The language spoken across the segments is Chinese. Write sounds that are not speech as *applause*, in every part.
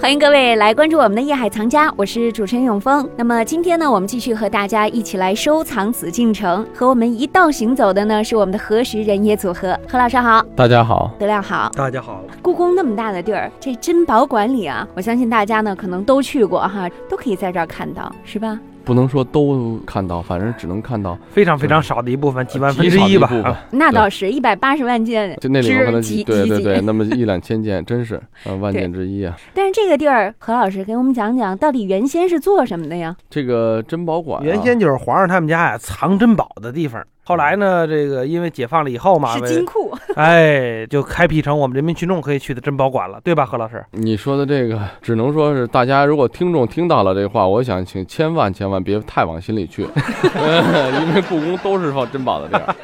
欢迎各位来关注我们的《夜海藏家》，我是主持人永峰。那么今天呢，我们继续和大家一起来收藏紫禁城。和我们一道行走的呢，是我们的何时人也组合。何老师好，大家好，德亮好。大家好，故宫那么大的地儿，这珍宝馆里啊，我相信大家呢可能都去过哈，都可以在这儿看到，是吧？不能说都看到，反正只能看到非常非常少的一部分，几万分极之少的一呃一吧部。分啊，那倒是一百八十万件就那里面可能之极对极对极对，那么一两千件，真是呃万对件之一啊。但是这个地儿，何老师给我们讲讲，到底原先是做什么的呀？这个珍宝馆啊原先就是皇上他们家呀藏珍宝的地方。后来呢，这个因为解放了以后嘛，是金库，哎，就开辟成我们人民群众可以去的珍宝馆了，对吧，何老师？你说的这个，只能说是大家如果听众听到了这话，我想请千万千万别太往心里去，呃因为故宫都是放珍宝的地儿。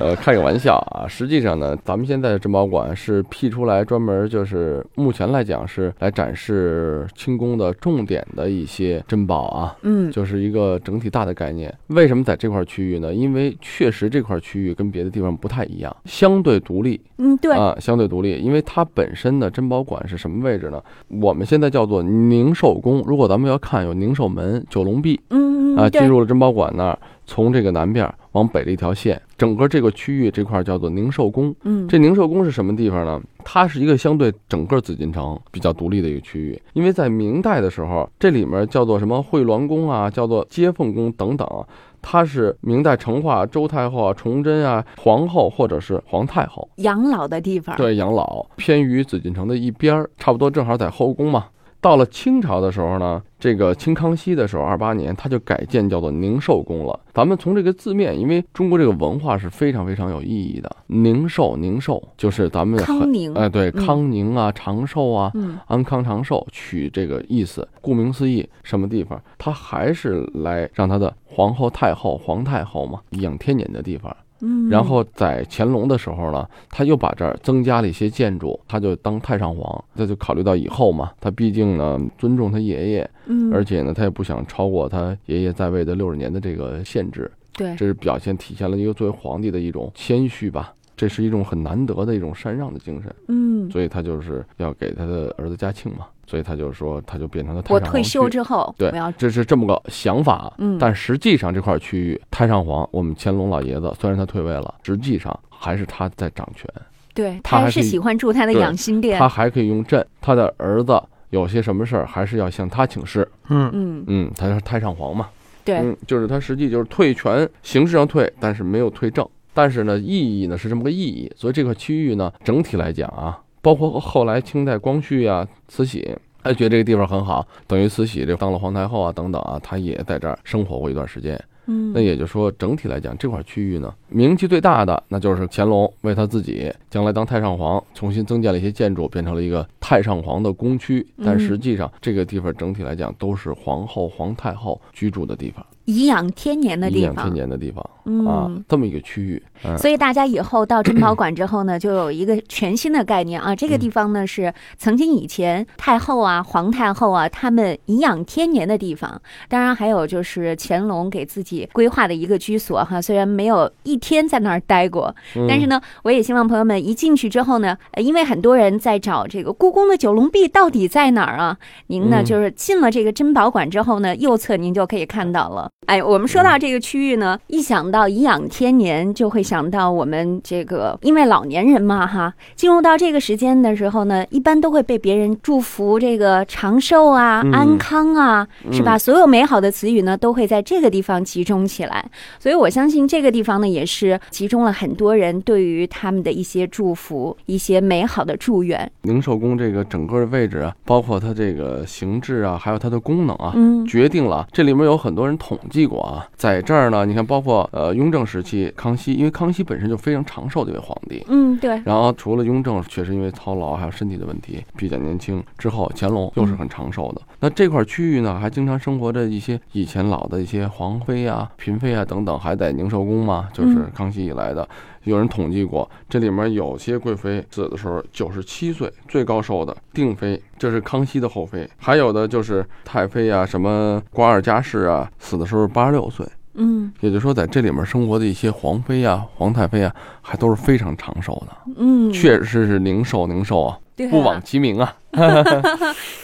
呃，开个玩笑啊，实际上呢，咱们现在的珍宝馆是辟出来专门就是目前来讲是来展示清宫的重点的一些珍宝啊。嗯，就是一个整体大的概念。为什么在这块区域呢？因为确实这块区域跟别的地方不太一样，相对独立，嗯，对，啊，相对独立，因为它本身的珍宝馆是什么位置呢？我们现在叫做宁寿宫。如果咱们要看有宁寿门、九龙壁嗯，啊，嗯进对，入了珍宝馆那儿，从这个南边儿往北的一条线，整个这个区域这块儿叫做宁寿宫。嗯，这宁寿宫是什么地方呢？它是一个相对整个紫禁城比较独立的一个区域，因为在明代的时候，这里面叫做什么惠銮宫啊，叫做接凤宫等等啊，它是明代成化、周太后啊、崇祯啊、皇后或者是皇太后。养老的地方，对，养老偏于紫禁城的一边儿，差不多正好在后宫嘛。到了清朝的时候呢，这个清康熙的时候，二八年他就改建叫做宁寿宫了。咱们从这个字面，因为中国这个文化是非常非常有意义的。宁寿，宁寿就是咱们很康宁，哎对嗯康宁啊、长寿啊、嗯，安康长寿取这个意思，顾名思义，什么地方？他还是来让他的皇后、太后、皇太后嘛养天年的地方。嗯，然后在乾隆的时候呢，他又把这儿增加了一些建筑，他就当太上皇，他就考虑到以后嘛，他毕竟呢尊重他爷爷，嗯，而且呢他也不想超过他爷爷在位的六十年的这个限制，对，这是表现体现了一个作为皇帝的一种谦虚吧，这是一种很难得的一种禅让的精神，嗯，所以他就是要给他的儿子嘉庆嘛，所以他就说他就变成了太我上皇退休去之后，对我要，这是这么个想法。啊嗯但实际上这块区域，太上皇，我们乾隆老爷子虽然他退位了，实际上还是他在掌权，对，他还还是可以喜欢住他的对养心殿他，还可以用朕。他的儿子有些什么事儿，还是要向他请示。嗯，嗯，嗯，他是太上皇嘛。对，嗯，就是他实际就是退权，形式上退，但是没有退政。但是呢，意义呢是这么个意义。所以这块区域呢，整体来讲啊，包括后来清代光绪啊、慈禧，哎，觉得这个地方很好，等于慈禧这当了皇太后啊等等啊，她也在这儿生活过一段时间。嗯，那也就是说，整体来讲，这块区域呢，名气最大的那就是乾隆为他自己将来当太上皇，重新增建了一些建筑，变成了一个太上皇的宫区。但嗯实际上，这个地方整体来讲都是皇后、皇太后居住的地方，颐养天年的颐地养天方，年的地方啊嗯，，这么一个区域。嗯，所以大家以后到珍宝馆之后呢，就有一个全新的概念啊。这个嗯地方呢是曾经以前太后啊、皇太后啊他们颐养天年的地方。当然还有就是乾隆给自己规划的一个居所哈，虽然没有一天在那儿待过，嗯但是呢，我也希望朋友们一进去之后呢，呃因为很多人在找这个故宫的九龙壁到底在哪儿啊？您呢，嗯就是进了这个珍宝馆之后呢，右侧您就可以看到了。哎，我们说到这个区域呢，嗯一想到颐养天年，就会想到我们这个，因为老年人嘛哈，进入到这个时间的时候呢，一般都会被别人祝福这个长寿啊、嗯安康啊，是吧？所有美好的词语呢，都会在这个地方集中起来。所以我相信这个地方呢，也是集中了很多人对于他们的一些祝福、一些美好的祝愿。宁寿宫这个整个的位置啊，包括它这个形制啊，还有它的功能啊，嗯决定了这里面有很多人统计过啊，在这儿呢，你看，包括呃雍正时期，康熙，因为康熙本身就非常长寿的一位皇帝。嗯，对，然后除了雍正确实因为操劳还有身体的问题比较年轻，之后乾隆又是很长寿的。那这块区域呢，还经常生活着一些以前老的一些皇妃啊、嫔妃啊等等，还在宁寿宫嘛，就是嗯康熙以来的。有人统计过，这里面有些贵妃死的时候九十七岁，最高寿的定妃，这是康熙的后妃；还有的就是太妃啊，什么瓜尔佳氏啊，死的时候八十六岁。嗯也就是说，在这里面生活的一些皇妃啊、皇太妃啊，还都是非常长寿的，嗯，确实是宁寿宁寿啊，对啊不枉其名啊！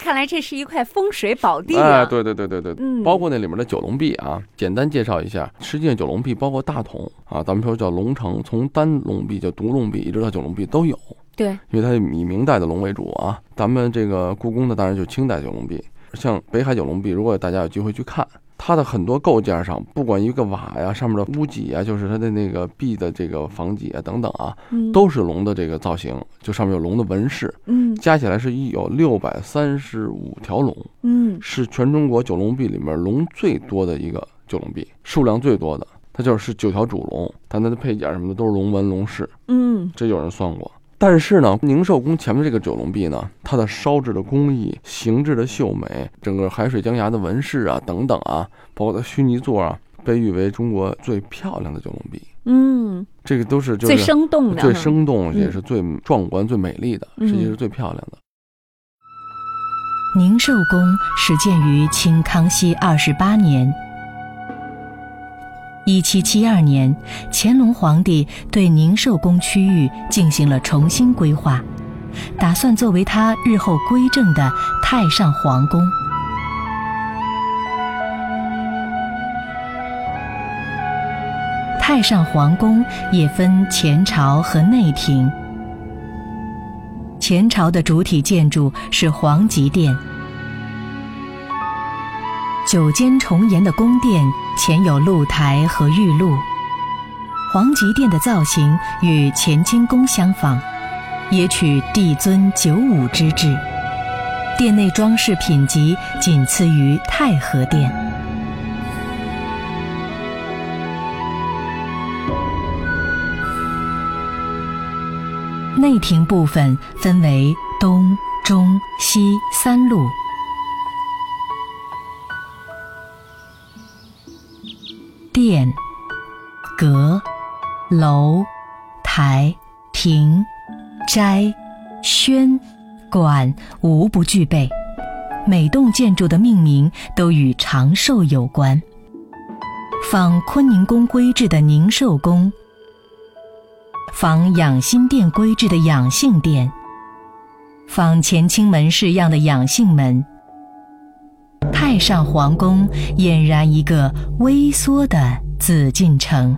看来这是一块风水宝地啊。哎，对对对对对，嗯，包括那里面的九龙壁啊，简单介绍一下，实际上九龙壁包括大同啊，咱们说叫龙城，从单龙壁叫独龙壁一直到九龙壁都有，对，因为它以明代的龙为主啊。咱们这个故宫的当然就清代九龙壁，像北海九龙壁，如果大家有机会去看。它的很多构件上，不管一个瓦呀、上面的屋脊啊，就是它的那个壁的这个房脊啊等等啊，嗯都是龙的这个造型，就上面有龙的纹饰，嗯加起来是一有六百三十五条龙。嗯是全中国九龙壁里面龙最多的一个九龙壁，数量最多的，它就是九条主龙，但它的配件什么的都是龙纹龙饰，嗯这有人算过。但是呢，宁寿宫前面这个九龙壁呢，它的烧制的工艺、形制的秀美，整个海水江崖的纹饰啊等等啊，包括它须泥座啊，被誉为中国最漂亮的九龙壁。嗯，这个都是就是最生动的，最生动，嗯也是最壮观、最美丽的，实际嗯是最漂亮的。宁寿宫始建于清康熙二十八年。一七七二年，乾隆皇帝对宁寿宫区域进行了重新规划，打算作为他日后归正的太上皇宫。太上皇宫也分前朝和内廷。前朝的主体建筑是皇极殿，九间重檐的宫殿前有露台和御路。皇极殿的造型与乾清宫相仿，也取帝尊九五之制。殿内装饰品级仅次于太和殿。内廷部分分为东、中、西三路。殿、阁、楼、台、亭、斋、轩、馆无不具备。每栋建筑的命名都与长寿有关。仿坤宁宫规制的宁寿宫仿养心殿规制的养性殿，仿乾清门式样的养性门。太上皇宫俨然一个微缩的紫禁城。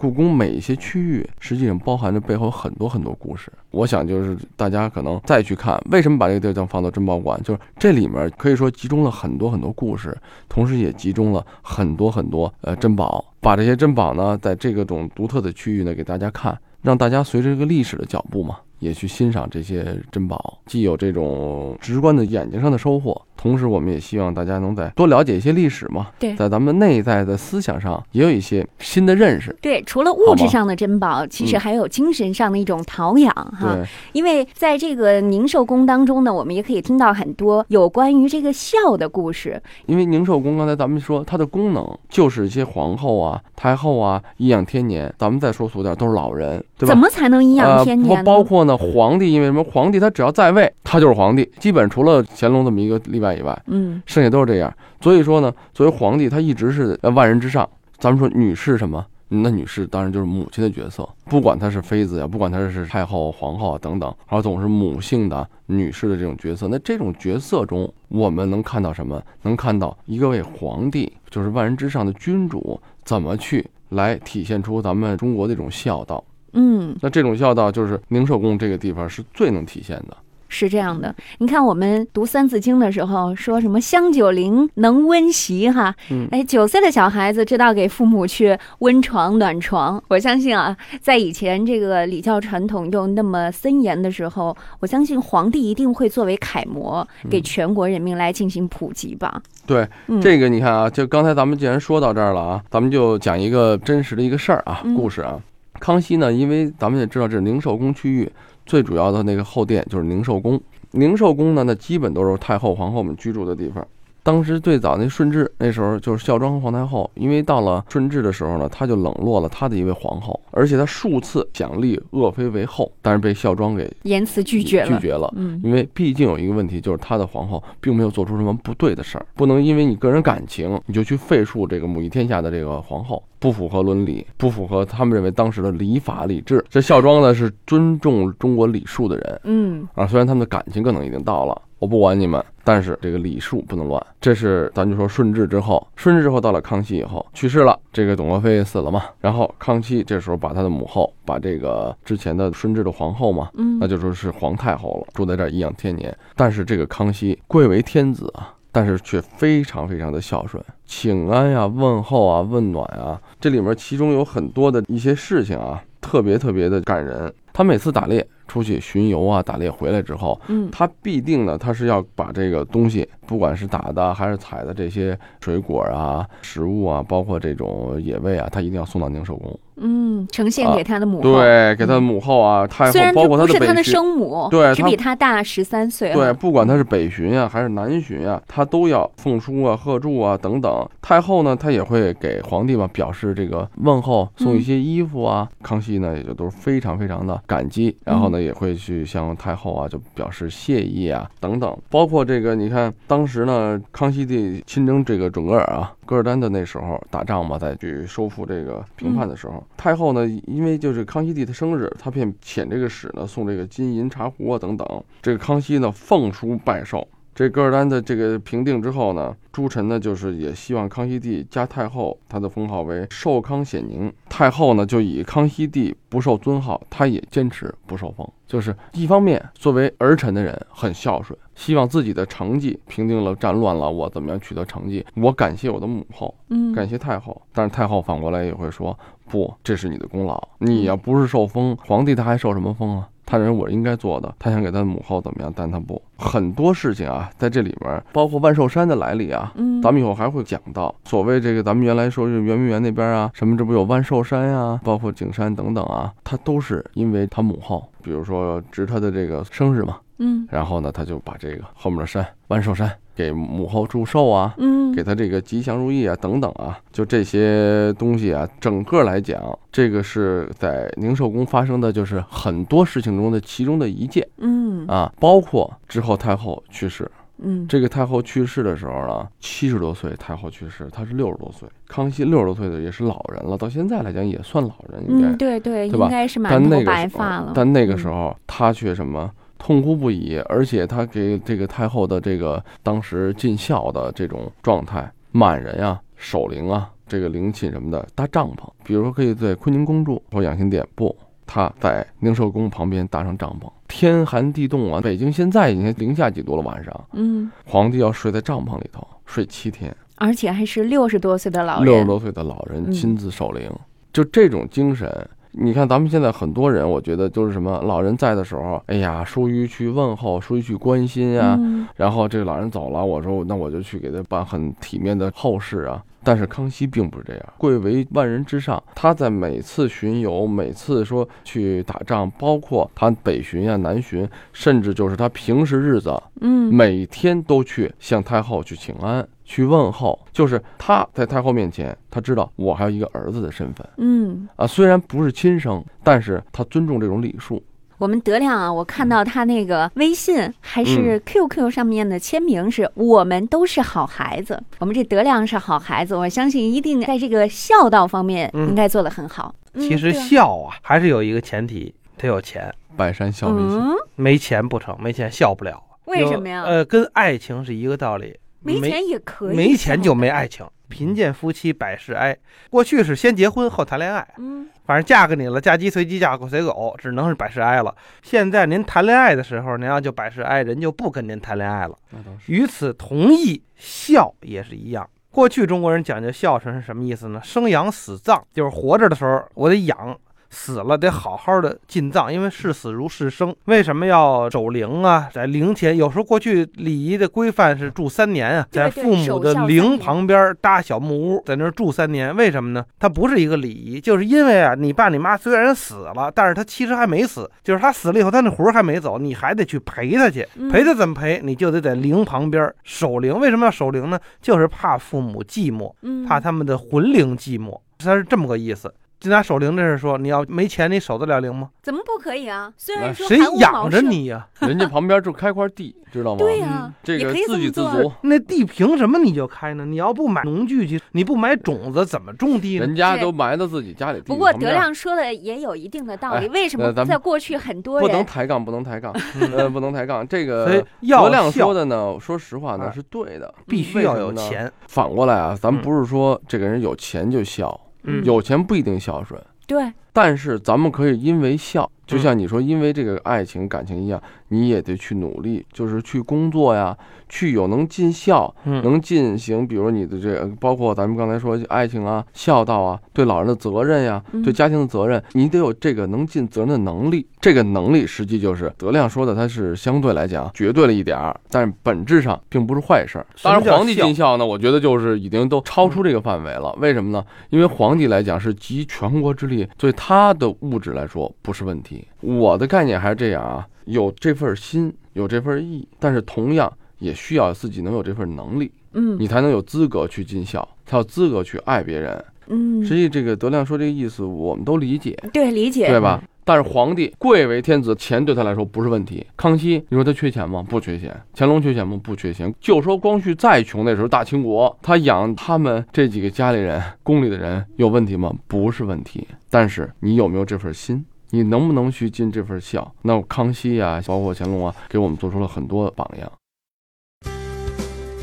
故宫每一些区域，实际上包含着背后很多很多故事。我想，就是大家可能再去看，为什么把这个地方放到珍宝馆，就是这里面可以说集中了很多很多故事，同时也集中了很多很多呃珍宝。把这些珍宝呢，在这个种独特的区域呢，给大家看，让大家随着这个历史的脚步嘛，也去欣赏这些珍宝，既有这种直观的眼睛上的收获，同时我们也希望大家能在多了解一些历史嘛，对在咱们内在的思想上也有一些新的认识。对，除了物好质吧上的珍宝，其实嗯还有精神上的一种陶养哈。对，因为在这个宁寿宫当中呢，我们也可以听到很多有关于这个孝的故事。因为宁寿宫刚才咱们说它的功能就是一些皇后啊、太后啊颐养天年，咱们再说俗点儿都是老人，对吧怎？么才能颐养天年呃呢？包包括呢，皇帝，因为什么？皇帝他只要在位，他就是皇帝，基本除了乾隆这么一个例外以外，嗯剩下都是这样。所以说呢，作为皇帝，他一直是呃万人之上。咱们说女是什么？那女士当然就是母亲的角色，不管她是妃子呀，不管她是太后、皇后啊等等，而总是母性的女士的这种角色。那这种角色中，我们能看到什么？能看到一个位皇帝，就是万人之上的君主，怎么去来体现出咱们中国的这种孝道。嗯，那这种孝道，就是宁寿宫这个地方是最能体现的。是这样的。你看我们读《三字经》的时候，说什么“香九龄，能温席”哈，嗯哎，九岁的小孩子知道给父母去温床暖床。我相信啊， *laughs* 在以前这个礼教传统又那么森严的时候，我相信皇帝一定会作为楷模，给全国人民来进行普及吧。嗯对，嗯，这个你看啊，就刚才咱们既然说到这儿了啊，咱们就讲一个真实的一个事儿啊嗯，故事啊。康熙呢，因为咱们也知道这是宁寿宫区域最主要的那个后殿就是宁寿宫，宁寿宫呢，那基本都是太后、皇后们居住的地方。当时最早那顺治那时候就是孝庄和皇太后，因为到了顺治的时候呢，他就冷落了他的一位皇后，而且他数次想立鄂妃为后，但是被孝庄给言辞拒绝了，拒绝了。嗯，因为毕竟有一个问题，就是他的皇后并没有做出什么不对的事儿，不能因为你个人感情你就去废黜这个母仪天下的这个皇后，不符合伦理，不符合他们认为当时的礼法礼制。这孝庄呢是尊重中国礼数的人，嗯，啊，虽然他们的感情可能已经到了，我不管你们，但是这个礼数不能乱。这是咱就说顺治之后，顺治之后到了康熙以后去世了，这个董鄂妃死了嘛，然后康熙这时候把他的母后，把这个之前的顺治的皇后嘛，嗯那就说是皇太后了，住在这儿颐养天年。但是这个康熙贵为天子啊，但是却非常非常的孝顺，请安呀、问候啊、问暖啊，这里面其中有很多的一些事情啊，特别特别的感人。他每次打猎出去巡游啊，打猎回来之后，嗯他必定呢，他是要把这个东西，不管是打的还是采的这些水果啊、食物啊，包括这种野味啊，他一定要送到宁寿宫，嗯，呈现给他的母后，啊对，给他的母后啊、太后虽然，包括不是的他北的巡，生母，对只他比他大十三岁，啊对，，不管他是北巡啊还是南巡啊，他都要奉书啊、贺祝啊等等。太后呢，她也会给皇帝嘛表示这个问候，送一些衣服啊。康熙呢，也就都是非常非常的感激，然后呢，也会去向太后啊就表示谢意啊等等。包括这个，你看当时呢，康熙帝亲征这个准噶尔啊。噶尔丹的那时候打仗嘛，在去收复这个平叛的时候，太后呢，因为就是康熙帝的生日，她便遣这个使呢送这个金银茶壶啊等等。这个康熙呢奉书拜寿。这噶尔丹的这个平定之后呢，朱晨呢就是也希望康熙帝加太后，他的封号为寿康显宁。太后呢就以康熙帝不受尊号，她也坚持不受封。就是一方面，作为儿臣的人很孝顺，希望自己的成绩平定了战乱了，我怎么样取得成绩？我感谢我的母后，嗯，感谢太后。但是太后反过来也会说，不，这是你的功劳，嗯你要不是受封，皇帝他还受什么封啊？他认为我应该做的，他想给他的母后怎么样，但他不。很多事情啊，在这里面，包括万寿山的来历啊，嗯，咱们以后还会讲到。所谓这个，咱们原来说是圆明园那边啊，什么这不有万寿山呀、包括景山等等啊，他都是因为他母后，比如说值他的这个生日嘛，嗯然后呢，他就把这个后面的山万寿山给母后祝寿啊，嗯，给他这个吉祥如意啊等等啊，就这些东西啊，整个来讲，这个是在宁寿宫发生的，就是很多事情中的其中的一件嗯啊，包括之后太后去世。嗯，这个太后去世的时候呢，七十多岁，太后去世，她是六十多岁，康熙六十多岁的也是老人了，到现在来讲也算老人，应该。嗯，对对，对吧应该是但满那头个白时候发了，嗯但那个时候他却什么痛哭不已，而且他给这个太后的这个当时尽孝的这种状态，满人啊、守灵啊、这个陵寝什么的搭帐篷，比如说可以在坤宁宫住或养心殿，不，他在宁寿宫旁边搭上帐篷。天寒地冻啊，北京现在已经零下几度了，晚上嗯，皇帝要睡在帐篷里头睡七天。而且还是六十多岁的老人，六十多岁的老人嗯亲自守灵，就这种精神。你看，咱们现在很多人，我觉得就是什么老人在的时候，哎呀，疏于去问候，疏于去关心啊。嗯然后这个老人走了，我说那我就去给他办很体面的后事啊。但是康熙并不是这样，贵为万人之上，他在每次巡游，每次说去打仗，包括他北巡呀、南巡，甚至就是他平时日子，嗯每天都去向太后去请安、去问候，就是他在太后面前，他知道我还有一个儿子的身份嗯，啊，虽然不是亲生，但是他尊重这种礼数。我们德亮啊，我嗯看到他那个微信还是 QQ 上面的签名是“我们都是好孩子”，我们这德亮是好孩子，我相信一定在这个孝道方面嗯应该做得很好。嗯其实对啊孝啊，还是有一个前提，得有钱，拜山孝为先，嗯，没钱不成，没钱孝不了啊。为有什么呀呃，跟爱情是一个道理，没钱也可以，没钱就没爱情。贫贱夫妻百事哀，过去是先结婚后谈恋爱，嗯反正嫁给你了，嫁鸡随鸡，嫁狗随狗，只能是百事哀了。现在您谈恋爱的时候，您要就百事哀，人就不跟您谈恋爱了。那倒是。与此同义，孝也是一样。过去中国人讲究孝顺是什么意思呢？生养死葬，就是活着的时候我得养，死了得好好的进葬，因为视死如是生。为什么要守灵啊？在陵前，有时候过去礼仪的规范是住三年啊，对在对父母守的孝三陵年旁边搭小木屋，在那儿住三年。为什么呢？它不是一个礼仪，就是因为啊，你爸你妈虽然死了，但是他其实还没死，就是他死了以后，他那魂儿还没走，你还得去陪他去。嗯陪他怎么陪？你就得在陵旁边守灵。为什么要守灵呢？就是怕父母寂寞。嗯怕他们的魂灵寂寞，它是这么个意思。就拿守灵这事说，你要没钱，你守得了灵吗？怎么不可以啊？虽然说呃谁含无养毛着生，你呀、人家旁边就开块地，知道吗？对呀，这也个可以自给这自么做足啊。，那地凭什么你就开呢？你要不买农具去，你不买种子，怎么种地呢？人家都埋到自己家里地。不过旁德边亮说的也有一定的道理，哎为什那么咱们在过去很多不能人抬杠，不能抬杠，嗯 *laughs* *laughs* 呃，不能抬杠。这所以个要德亮孝说的呢，说实话呢哎是对的，必须要为什有么呢。钱。反过来啊，咱们嗯不是说这个人有钱就孝，嗯有钱不一定孝顺，对但是咱们可以因为孝，就像你说，因为这个爱情感情一样，你也得去努力，就是去工作呀，去有能尽孝，嗯能进行，比如你的这个，包括咱们刚才说爱情啊、孝道啊、对老人的责任呀、嗯对家庭的责任，你得有这个能尽责任的能力。这个能力实际就是德亮说的，它是相对来讲绝对了一点儿，但是本质上并不是坏事儿。什当么然，叫皇帝尽孝呢，我觉得就是已经都超出这个范围嗯了。为什么呢？因为皇帝来讲是集全国之力，所以他的物质来说不是问题。我的概念还是这样啊，有这份心，有这份意，但是同样也需要自己能有这份能力。嗯你才能有资格去尽孝，才有资格去爱别人。实嗯，际这个德亮说这个意思，我们都理解，对理啊解对吧？？但是皇帝贵为天子，钱对他来说不是问题。康熙，你说他缺钱吗？不缺钱。乾隆缺钱吗？不缺钱。就说光绪再穷，那时候大清国，他养他们这几个家里人、宫里的人有问题吗？不是问题。但是你有没有这份心？你能不能去尽这份孝？那康熙呀、包括乾隆啊，给我们做出了很多榜样。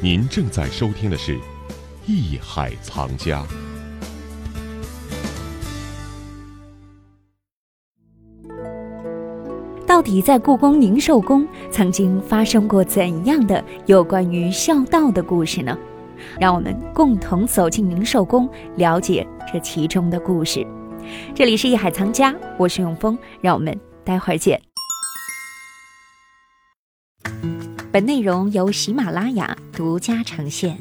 您正在收听的是《艺海藏家》。到底在故宫宁寿宫曾经发生过怎样的有关于孝道的故事呢？让我们共同走进宁寿宫，了解这其中的故事。这里是《艺海藏家》，我是永峰，让我们待会儿见。本内容由喜马拉雅独家呈现。